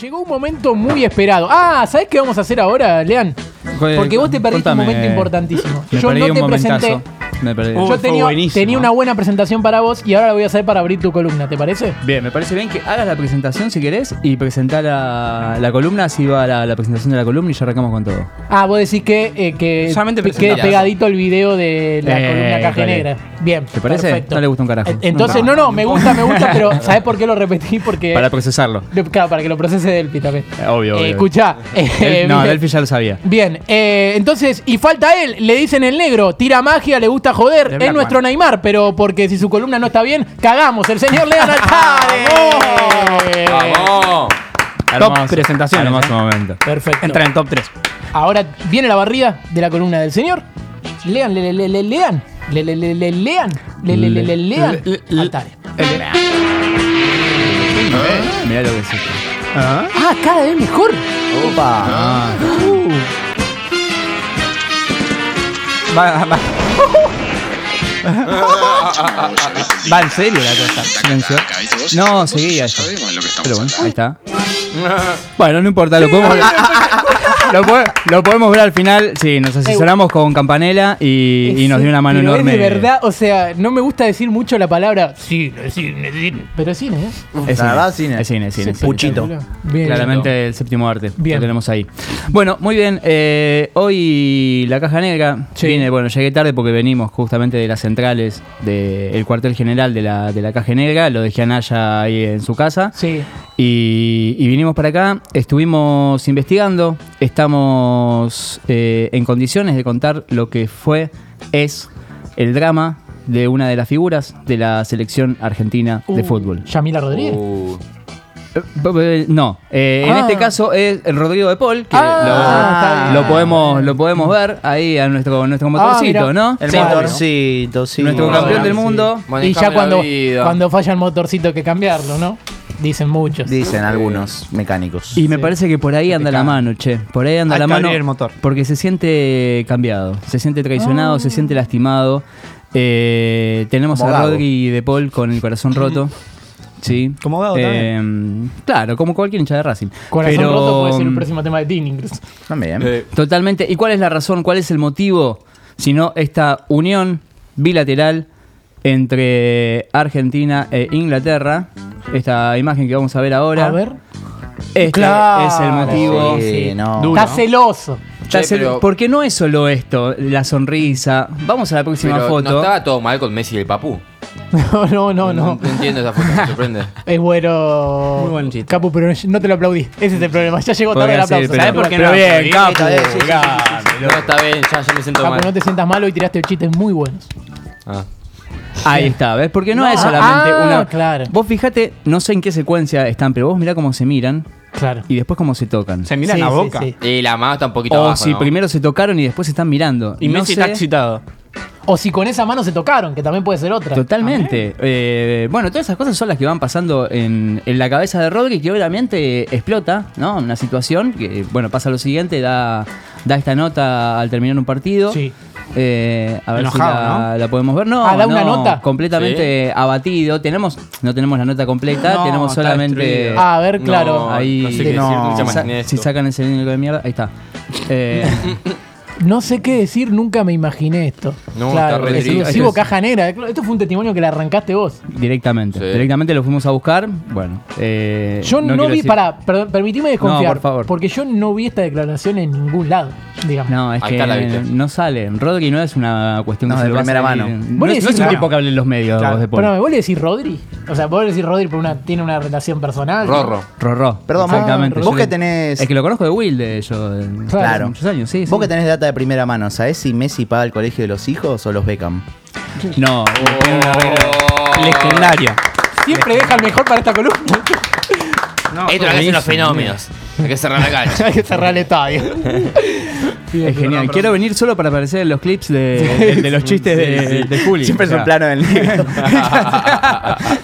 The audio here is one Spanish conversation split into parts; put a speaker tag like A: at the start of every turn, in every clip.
A: Llegó un momento muy esperado. Ah, ¿sabés qué vamos a hacer ahora, Lean? Porque vos te perdiste
B: Contame.
A: un momento importantísimo.
B: Me
A: Yo
B: perdí
A: no
B: un
A: te
B: momentazo.
A: presenté.
B: Me perdí.
C: Uy,
A: Yo
C: fue
A: tenía,
C: buenísimo.
A: tenía una buena presentación para vos y ahora la voy a hacer para abrir tu columna, ¿te parece?
B: Bien, me parece bien que hagas la presentación si querés y presentar la, la columna, así va la, la presentación de la columna y ya arrancamos con todo.
A: Ah, vos decís que, eh, que
C: Solamente
A: que quede
C: presentarás.
A: pegadito el video de la
B: Eh,
A: columna caja
B: está bien.
A: negra. Bien.
B: ¿Te parece?
A: Perfecto.
B: No le gusta un carajo.
A: Eh, Entonces, no,
B: No,
A: no, me gusta, me gusta, pero ¿sabés por qué lo repetí? Porque.
B: Para procesarlo.
A: de- claro, para que lo procese Delphi también.
B: Obvio, obvio.
A: escuchá. eh,
B: Del- no,
A: bien.
B: Delphi ya lo sabía.
A: Bien, eh, entonces, y falta él, le dicen el negro, tira magia, le gusta joder, es nuestro Neymar, pero porque si su columna no está bien, cagamos, el señor Lean Altare.
C: ¡Vamos!
B: Hermoso,
C: presentaciones,
B: Hermoso
C: eh.
B: momento.
A: Perfecto.
C: Entra en top 3.
A: Ahora viene la barrida de la columna del señor. Lean, le, le- le- le- lean, le, le- le- le- lean, le, le- le- le- lean
C: Le- le-
A: Altare.
C: Eh.
B: Mirá lo que es esto.
A: Ah, cada vez mejor.
B: Va, va. va en serio la cosa. Silencio. No, seguía eso. Pero bueno, ahí está. Bueno, no importa, lo podemos, lo, po- lo podemos ver al final. Sí, nos asesoramos con Campanella y, y nos dio una mano
A: Pero
B: enorme.
A: Es de verdad, o sea, no me gusta decir mucho la palabra cine, cine, cine. Pero es cine, ¿eh?
B: Es
D: La
B: cine,
D: verdad, cine.
B: Es cine, cine, cine.
D: Puchito.
A: Bien.
B: Claramente el séptimo arte.
A: Bien.
B: Lo tenemos ahí. Bueno, muy bien. eh, hoy la caja negra
A: Sí.
B: viene, bueno, llegué tarde porque venimos justamente de las centrales del cuartel general de la, de la caja negra. Lo dejé a Naya ahí en su casa.
A: Sí.
B: Y, y vinimos para acá, estuvimos investigando, estamos eh, en condiciones de contar lo que fue, es el drama de una de las figuras de la selección argentina de
A: Uh,
B: fútbol.
A: Yamila Rodríguez.
B: Eh, eh, No, eh, en
A: Ah.
B: este caso es el Rodrigo de Paul, que
A: Ah, está
B: lo,
A: bien.
B: lo podemos, lo podemos ver ahí a nuestro, nuestro motorcito,
A: mira.
B: ¿no?
D: El
A: Sí,
D: motorcito, sí.
B: Nuestro
D: Bueno,
B: campeón del
D: sí.
B: mundo.
A: y ya
C: Manejame
A: cuando,
C: la vida.
A: cuando falla el motorcito hay que cambiarlo, ¿no? Dicen muchos.
D: Dicen algunos mecánicos.
B: Y me parece que por ahí anda la mano, che. Por ahí anda
E: Hay
B: la
E: que
B: mano.
E: abrir el motor.
B: Porque se siente cambiado, se siente traicionado, se siente lastimado. Eh, tenemos
D: Como
B: a
D: Gago.
B: Rodri de Paul con el corazón roto. Sí.
E: Como Gago
B: también. Claro, como cualquier hincha de Racing.
A: Corazón
B: Pero,
A: roto puede ser el próximo tema de Dean incluso.
D: También.
B: Eh, Totalmente. ¿Y cuál es la razón? ¿Cuál es el motivo? Sino esta unión bilateral entre Argentina e Inglaterra. Esta imagen que vamos a ver ahora.
A: A ver.
B: Este
A: Claro.
B: es el motivo.
D: Sí, no.
C: Duro.
A: Está celoso.
B: Está
C: Che,
B: cel-
C: pero-
B: Porque no es solo esto, la sonrisa. Vamos a la próxima
C: Pero
B: foto.
C: No estaba todo mal con Messi y el Papú.
A: No, no, no, no.
C: entiendo esa foto, me sorprende.
A: Es bueno.
E: Muy buen chiste.
A: Capu, pero no te lo aplaudí. Ese es el problema. Ya llegó tarde el
B: Podría ser,
A: aplauso.
B: pero-
A: ¿Sabés por qué?
B: pero
E: no?
B: bien,
E: Sí,
B: Capu,
D: está bien, sí, sí, sí,
B: Gaby,
C: No, está bien, ya, ya me siento
E: Ah,
A: Capu,
C: mal.
A: no te sientas malo y tiraste chistes muy buenos.
C: Ah.
B: Ahí está, ¿ves? Porque no,
A: No,
B: es solamente
A: ah,
B: una.
A: claro.
B: Vos fijate, no sé en qué secuencia están, pero vos mirá cómo se miran
A: Claro.
B: y después cómo se tocan.
E: Se miran
A: Sí,
E: a
A: sí,
E: boca.
A: sí.
C: Y la mano está un poquito
B: o
C: abajo,
B: si
C: ¿no?
B: primero se tocaron y después se están mirando.
E: Oh, Y
B: No
E: Messi
B: sé.
E: está excitado.
A: O si con esa mano se tocaron, que también puede ser otra.
B: Totalmente. Eh, bueno, todas esas cosas son las que van pasando en, en la cabeza de Rodri, que obviamente explota, ¿no? Una situación que, bueno, pasa lo siguiente, da, da esta nota al terminar un partido.
A: Sí.
B: Eh, a ver si
E: Enojado,
B: la, la podemos ver. No,
A: Ah, da una
B: no,
A: nota.
B: Completamente abatido. Tenemos, no tenemos la nota completa,
E: No,
B: tenemos
E: está
B: solamente.
E: destruido.
A: Ah, a ver, claro.
C: No,
B: ahí.
C: no sé qué
D: No.
C: decir, nunca
B: si,
D: se
B: sa-
C: imaginé
B: si
C: esto.
B: sacan ese dinero de mierda, ahí está. Eh,
A: No sé qué decir, nunca me imaginé esto.
C: No,
A: claro,
C: está re triste.
A: exclusivo
B: Esto es-
A: caja negra. Esto fue un testimonio que le arrancaste vos.
B: directamente.
C: Sí.
B: Directamente lo fuimos a buscar. Bueno. eh,
A: Yo no,
B: quiero
A: vi,
B: decir-
A: pará, perdón, permitime desconfiar.
B: No, por favor.
A: Porque yo no vi esta declaración en ningún lado, digamos.
B: No, es
C: Ahí
B: que
C: está la viste.
B: no sale. Rodri no es una cuestión
D: No,
B: que se
D: de
B: le va a
D: primera
B: salir.
D: mano.
B: No,
A: Vos le
B: es- no
A: decís-
B: es un
A: Claro.
B: tipo que hable en los medios
E: Claro.
B: vos de Paul.
A: Pero me vuelve a decir Rodri. O sea, vuelve a decir Rodri por una, tiene una relación personal.
C: Rorro.
B: Rorró.
D: Perdón,
B: Exactamente.
D: vos
B: Yo
D: que
B: le-
D: tenés-
B: Es que lo conozco de Will, de yo. de- hace
D: Claro.
B: Muchos años, sí.
D: eh, Vos
B: sí.
D: que tenés data de primera mano, ¿sabés si Messi paga el colegio de los hijos o los Beckham?
B: No,
D: Oh.
B: tiene una regla.
E: Legendaria.
A: Siempre deja el mejor para esta columna.
C: Esto es lo que hacen los fenómenos. Hay que cerrar la cancha.
A: Hay que cerrar el estadio. Bien,
B: Es genial.
A: perdón,
B: Quiero venir solo para aparecer en los clips de, de- de los chistes de, de Juli.
D: Siempre es
B: O sea,
D: un plano del negro.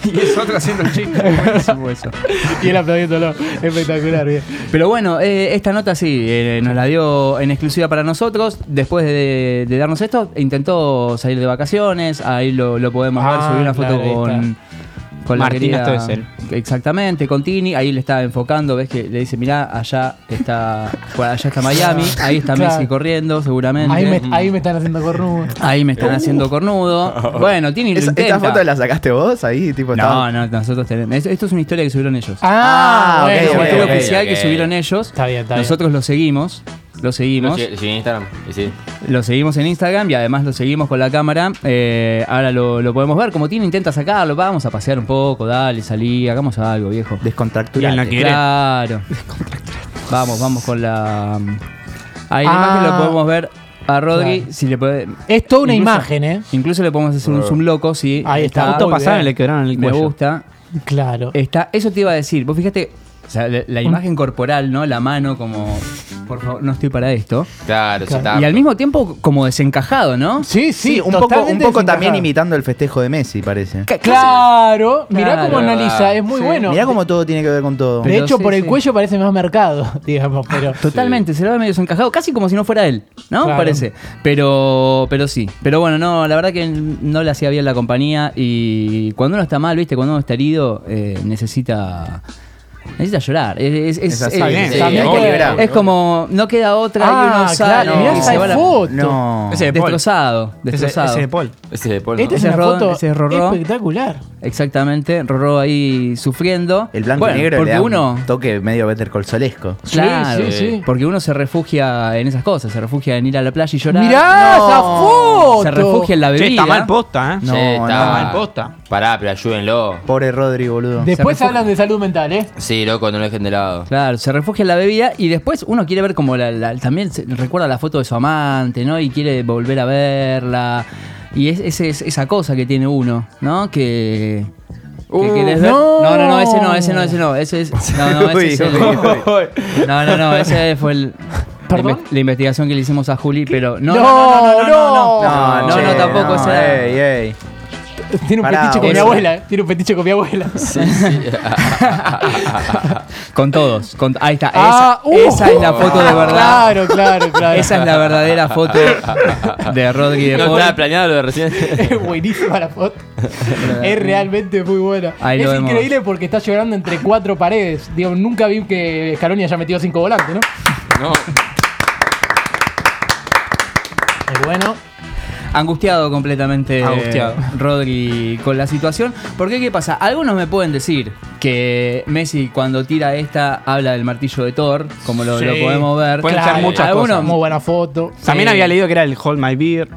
B: Y es otro haciendo el chiste. Buenísimo eso.
A: perdón. Y él aplaudiéndolo. Espectacular, bien.
B: Pero bueno, eh, esta nota sí, eh, nos la dio en exclusiva para nosotros. Después de, de darnos esto, intentó salir de vacaciones. Ahí lo, lo podemos
A: Ah,
B: ver, subí una foto
A: claro, ahí
B: con, con la
E: Martín,
B: querida-
E: esto es
B: Exactamente, con Tini, ahí le está enfocando, ves que le dice, mirá, allá está, por allá está Miami, ahí está
A: Claro.
B: Messi corriendo, seguramente.
A: Ahí me, ahí me están haciendo cornudo.
B: Ahí me están haciendo cornudo. Bueno, Tini lo
D: Es-
B: intenta.
D: ¿Esta foto la sacaste vos ahí? Tipo,
B: No, no, nosotros tenemos. es- Esto es una historia que subieron ellos.
A: Ah,
D: Ah,
A: bueno,
B: es una
D: ok,
A: bueno.
B: historia
D: ok,
B: oficial que
C: ok.
B: subieron ellos.
A: Está bien, está bien.
B: Nosotros lo seguimos. Lo seguimos.
C: Sí, sí, en Instagram. Y sí.
B: Lo seguimos en Instagram y además lo seguimos con la cámara. Eh, ahora lo, lo podemos ver. Como tiene, intenta sacarlo. Vamos a pasear un poco, dale, salí, hagamos algo, viejo.
D: Descontracturante.
E: Y en la que- ¿Quiere?
B: Claro. Vamos, vamos con la. mm, Ahí en
A: Ah.
B: la imagen lo podemos ver a Rodri.
A: Claro.
B: Si le puede,
A: Es toda una
B: Incluso-
A: imagen, ¿eh?
B: incluso le podemos hacer un zoom loco. Si
A: Ahí está.
E: Justo
A: Muy
E: pasaron
A: bien.
E: y le quebraron el
B: Me
E: cuello.
B: gusta.
A: Claro.
B: Está, eso te iba a decir. Vos fíjate, o sea, la, la imagen corporal, ¿no? La mano como, por favor, no estoy para esto.
C: Claro, sí,
A: Claro.
C: está.
B: Y al mismo tiempo como desencajado, ¿no?
A: Sí, sí,
D: Sí, un poco, un
A: totalmente
D: poco también
A: desencajado.
D: imitando el festejo de Messi, parece.
A: Claro, mirá
B: Claro,
A: cómo analiza,
C: verdad.
A: es muy
B: Sí.
A: bueno.
D: Mirá cómo todo tiene que ver con todo.
A: de
B: Pero
A: hecho,
B: sí,
A: por el
B: sí.
A: cuello parece más mercado, digamos, pero.
B: Totalmente, se lo ve medio desencajado, casi como si no fuera él, ¿no?
A: Claro.
B: Parece. Pero, pero sí. Pero bueno, no, la verdad que no le hacía bien la compañía. Y cuando uno está mal, viste, cuando uno está herido, eh, necesita. Necesita llorar. Es, es- es-
D: Es así,
B: es-
E: sí,
B: es-
E: sí, hay que
B: es-
D: liberar.
B: es como, no queda otra y
A: Ah,
B: uno sale.
A: claro,
B: y
A: mirá
B: se
A: esa
B: va a la-
A: foto.
D: No.
E: Ese de Paul.
B: Destrozado,
E: Ese-
B: destrozado.
E: Ese de Paul.
C: Ese es de
A: Esta
C: Paul, ¿no?
A: este es
B: Ese
A: una
B: es Rodón,
A: foto
B: ese es Rorró.
A: espectacular.
B: Exactamente, Rorró ahí sufriendo.
D: El blanco
B: Bueno,
D: y negro le
B: porque
D: da
B: uno,
D: un toque medio Better Call Solesco.
B: claro,
A: sí, sí.
B: porque uno se refugia en esas cosas, se refugia en ir a la playa y llorar.
A: Mirá
D: No.
A: esa foto.
B: se refugia en la bebida.
E: Che, está mal posta, ¿eh?
B: No,
C: Sí,
D: no,
C: está
E: mal posta.
C: Pará, pero ayúdenlo.
D: Pobre Rodri, boludo.
A: Después
B: se refugia.
A: hablan de salud mental, ¿eh?
C: Sí, loco, no lo dejen de lado.
B: Claro, se refugia en la bebida y después uno quiere ver como la, la- también se- recuerda la foto de su amante, ¿no? Y quiere volver a verla. Y es, ese- es esa cosa que tiene uno, ¿no? Que. que querés ver-
A: Uh, no.
B: no, no, no, ese no, ese no, ese no, ese es. No, no, ese es el-
D: Uy, uy,
B: No, no, no, ese fue el. la
A: ¿Perdón?
B: inve- La investigación que le hicimos a Juli, pero no,
A: No,
B: no, no, no, no, no,
A: no.
B: no, no,
D: che,
B: no, tampoco
D: no,
B: ese era-
D: ey, ey.
A: Tiene un
D: Pará,
A: petiche con mi
D: boludo.
A: abuela, ¿eh? Tiene un petiche con mi abuela.
B: Con todos, con- ahí está,
A: Ah,
B: esa,
A: uh.
B: esa
A: Ah,
B: es la foto de verdad.
A: Claro, claro, claro.
B: Esa es la verdadera foto de Rodri de
C: No
B: Paul.
C: estaba planeado lo de recién.
A: Es buenísima la foto. es realmente muy buena.
B: Ahí
A: es
B: lo vemos.
A: increíble porque está llorando entre cuatro paredes. Digo, nunca vi que Scaloni haya metido cinco volantes, ¿no?
C: No.
A: Es bueno.
B: Angustiado completamente
E: Angustiado.
B: Rodri con la situación. Porque qué pasa? Algunos me pueden decir que Messi cuando tira esta habla del martillo de Thor, como lo,
E: Sí.
B: lo podemos ver.
E: Pueden ser muchas
B: algunos,
E: cosas.
A: Muy buena foto.
E: También
B: Sí.
E: había leído que era el Hold My Beer.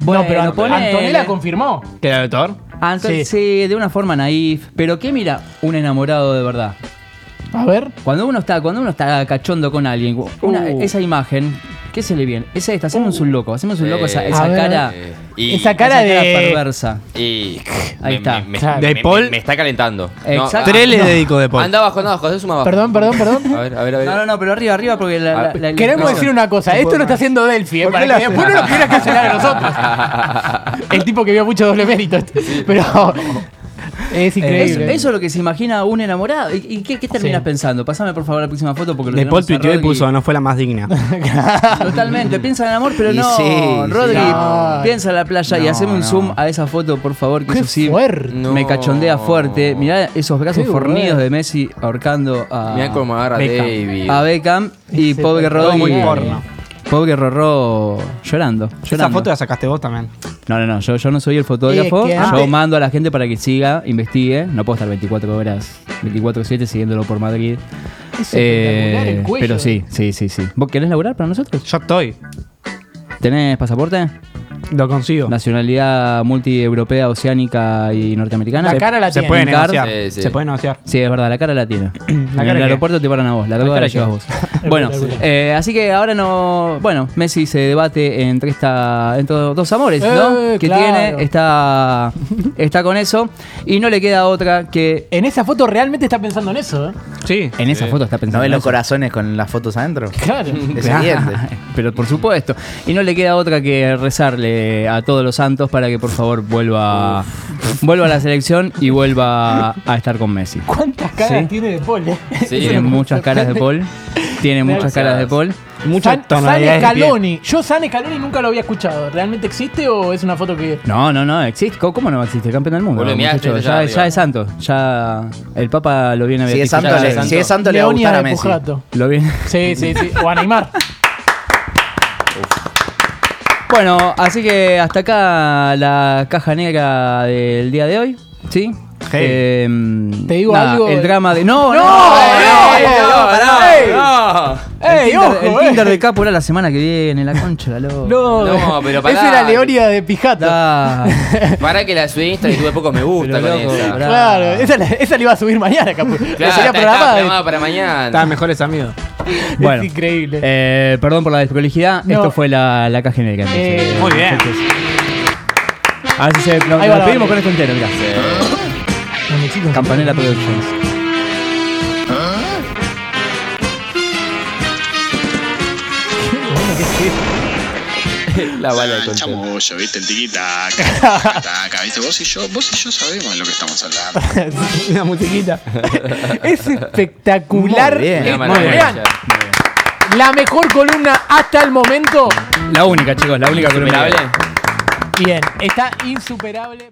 B: Bueno,
A: no, pero Ant-
B: ponele.
A: Antonella confirmó.
E: ¿Que era de Thor?
B: Anton-
A: Sí.
B: Ah, sí. de una forma naif. Pero ¿qué mira un enamorado de verdad?
A: A ver.
B: Cuando uno está, cuando uno está cachondo con alguien, una-
E: Uh.
B: esa imagen, ¿qué se le viene? Esa está, hacemos un loco, hacemos un loco esa,
C: Eh,
B: esa
A: Uh. a ver.
B: cara.
C: Eh, y-
A: Esa cara-
B: Ah. esa
A: de-
B: perversa.
C: y-
B: Ahí
C: me-
B: está.
C: me-
A: Claro.
C: me-
E: De
C: me-
E: Paul.
C: Me está calentando.
B: Exacto.
E: Tres le
B: no.
E: dedico de
C: No,
E: Paul.
C: anda abajo, anda abajo, suma abajo.
A: Perdón, perdón, perdón.
C: A ver, a ver, a ver.
B: No, no, no, pero arriba, arriba, porque la. la- la-
A: Queremos
B: la-
A: decir una cosa, esto lo está haciendo Delphi, ¿eh? para que después no lo quieras cancelar a nosotros. El tipo que vio mucho doble mérito, este. pero es
B: Eh, Eso,
A: increíble.
B: eso es lo que se imagina un enamorado. ¿Y, y qué, qué terminas
A: Sí.
B: pensando? Pásame por favor la próxima foto porque lo
E: De
B: tenemos
E: Paul
B: a
E: tuiteó y
B: Rodri.
E: puso, no fue la más digna.
B: Totalmente, piensa en el amor, pero
D: Y
B: no.
D: sí,
B: Rodri,
A: sí. No.
B: piensa en la playa y haceme un zoom a esa foto, por favor, que
A: Qué
B: eso sí
A: fuerte.
B: me cachondea fuerte. Mirá esos brazos
A: Qué
B: fornidos
A: bueno.
B: de Messi ahorcando a,
C: Mirá cómo agarra
E: Beckham.
C: David.
B: a Beckham y
A: Ese
B: pobre
A: pecado
B: Rodri.
E: muy porno.
B: Pobre Rorró llorando.
E: Esa
B: llorando.
E: foto la sacaste vos también.
B: No, no, no, yo, yo no soy el fotógrafo.
A: Eh, ¿qué?
B: yo
A: Ah.
B: mando a la gente para que siga, investigue. No puedo estar 24 horas, 24-7 siguiéndolo por Madrid. Eh,
A: Es espectacular el cuello.
B: pero sí, sí, sí, sí. ¿Vos querés laburar para nosotros?
E: Yo estoy.
B: ¿Tenés pasaporte?
E: Lo consigo.
B: Nacionalidad multieuropea, oceánica y norteamericana.
A: La cara la
E: Se
A: tiene.
E: puede
B: Brincar.
E: negociar.
C: Sí, sí.
E: Se puede negociar.
B: Sí, es verdad, la cara la tiene.
E: cara
B: en el
E: qué?
B: aeropuerto te paran a vos, la droga la, llevas vos. bueno, eh, así que ahora no. Bueno, Messi se debate entre esta, entre dos amores,
A: Eh,
B: ¿no? Que
A: claro.
B: tiene, está, está con eso y no le queda otra que.
A: En esa foto realmente está pensando en eso, ¿eh?
E: Sí.
B: En esa foto está
D: ¿No
B: pensando.
D: ves
B: en
D: los
B: eso.
D: corazones con las fotos adentro?
A: Claro.
D: Es evidente.
B: Pero por supuesto. Y no le queda otra que rezarle a todos los santos para que por favor vuelva, vuelva a la selección y vuelva a estar con Messi.
A: ¿Cuántas caras
B: Sí.
A: tiene de Paul? eh?
C: Sí.
B: Tiene muchas caras de Paul. Tiene muchas caras de Paul.
E: Mucha
A: San,
E: tonalidad
A: Sane
E: de pie.
A: Caloni. Yo Sane Caloni nunca lo había escuchado. ¿Realmente existe o es una foto que.?
B: No, no, no, existe. ¿Cómo- ¿Cómo no existe? Campeón del mundo.
C: Boludo, mirá,
B: muchacho.
C: este
B: ya,
C: ya
B: ya es santo. Ya el Papa lo viene a
D: Si es
B: beatificar.
D: santo,
C: ya,
D: le,
C: santo.
D: si es santo le va a
A: Leonia
D: gustar a
A: de
D: Messi.
A: Pujato.
B: Lo viene.
A: Sí, sí, sí. O a Neymar.
B: Bueno, así que hasta acá la caja negra del día de hoy. ¿Sí?
E: Hey.
B: Em,
A: Te digo
B: nada,
A: algo, eh.
B: El drama de. ¡No!
A: ¡No!
B: ¡No!
A: ¡Eh!
C: no, no.
A: ¡Ey,
B: Tinder-
A: ojo!
B: el
A: eh.
B: Tinder de Cápora la semana que viene, la concha, la loca.
A: No,
C: No, pero pará.
A: Esa era Leonia de Pijato.
B: Da.
C: Para que la subí a Instagram y tuve poco me gusta
B: Pero
C: con
B: loco,
C: esa.
B: pará.
A: Claro, esa, la- esa la iba a subir mañana, Capu.
C: Claro,
A: la sería
C: está- está
A: programada.
C: programada para mañana.
E: Estaban mejores amigos.
B: Bueno,
A: Es increíble.
B: eh, perdón por la desprolijidad.
A: No.
B: Esto fue la, la caja negra. entonces.
A: Eh,
E: Muy bien.
B: Así se lo,
A: Ahí va
B: lo
A: la
B: pedimos
A: banda.
B: con esto entero, mirá. Campanela Productions.
C: La bala de
F: Ah, el
C: control.
F: chamuyo, viste, el tiquitaca, taca, viste, vos y yo, vos y yo sabemos de lo que estamos hablando.
E: Una musiquita.
A: es espectacular.
D: Muy bien.
A: Eh,
C: Una
A: vean,
C: maravilla.
A: la mejor columna hasta el momento.
B: La única, chicos, la única que
C: Insuperable.
A: Bien, está insuperable.